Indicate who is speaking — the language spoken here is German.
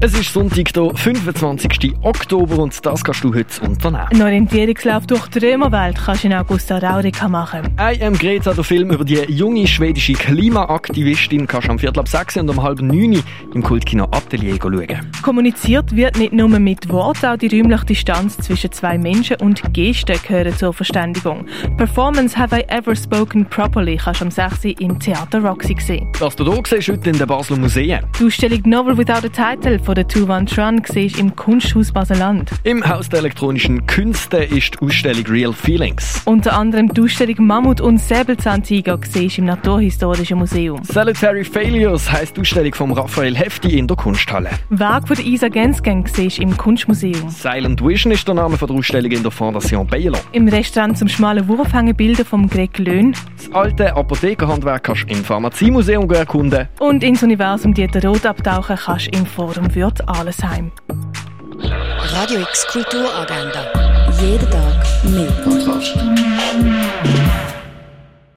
Speaker 1: Es ist Sonntag, der 25. Oktober und das kannst du heute unternehmen.
Speaker 2: Ein Orientierungslauf durch die Römerwelt kannst du in Augusta Raurica machen.
Speaker 1: I am Greta, der Film über die junge schwedische Klimaaktivistin, kannst du am Viertel ab 6 und um halb 9 im Kultkino Atelier schauen.
Speaker 2: Kommuniziert wird nicht nur mit Worten, auch die räumliche Distanz zwischen zwei Menschen und Gesten gehören zur Verständigung. Performance Have I Ever Spoken Properly kannst du am 6 Uhr im Theater Roxy sehen.
Speaker 1: Was du hier siehst, heute in den Basler Museen.
Speaker 2: Die Ausstellung Novel Without a Title von der Tuvan Tran siehst im Kunsthaus Baseland.
Speaker 1: Im Haus der elektronischen Künste ist die Ausstellung Real Feelings.
Speaker 2: Unter anderem die Ausstellung Mammut und Säbelzahntiger siehst im Naturhistorischen Museum.
Speaker 1: Solitary Failures heisst die Ausstellung von Raphael Hefti in der Kunsthalle.
Speaker 2: Werk von der Isa Gensgang siehst im Kunstmuseum.
Speaker 1: Silent Vision ist der Name von der Ausstellung in der Fondation Baylor.
Speaker 2: Im Restaurant zum schmalen Wurf hängen Bilder von Greg Löhn.
Speaker 1: Das alte Apothekerhandwerk kannst du im Pharmaziemuseum erkunden.
Speaker 2: Und ins Universum Dieter Roth abtauchen kannst du im Forum Würth Allesheim.
Speaker 3: Radio X Kulturagenda. Jeden Tag mehr. Kontrast.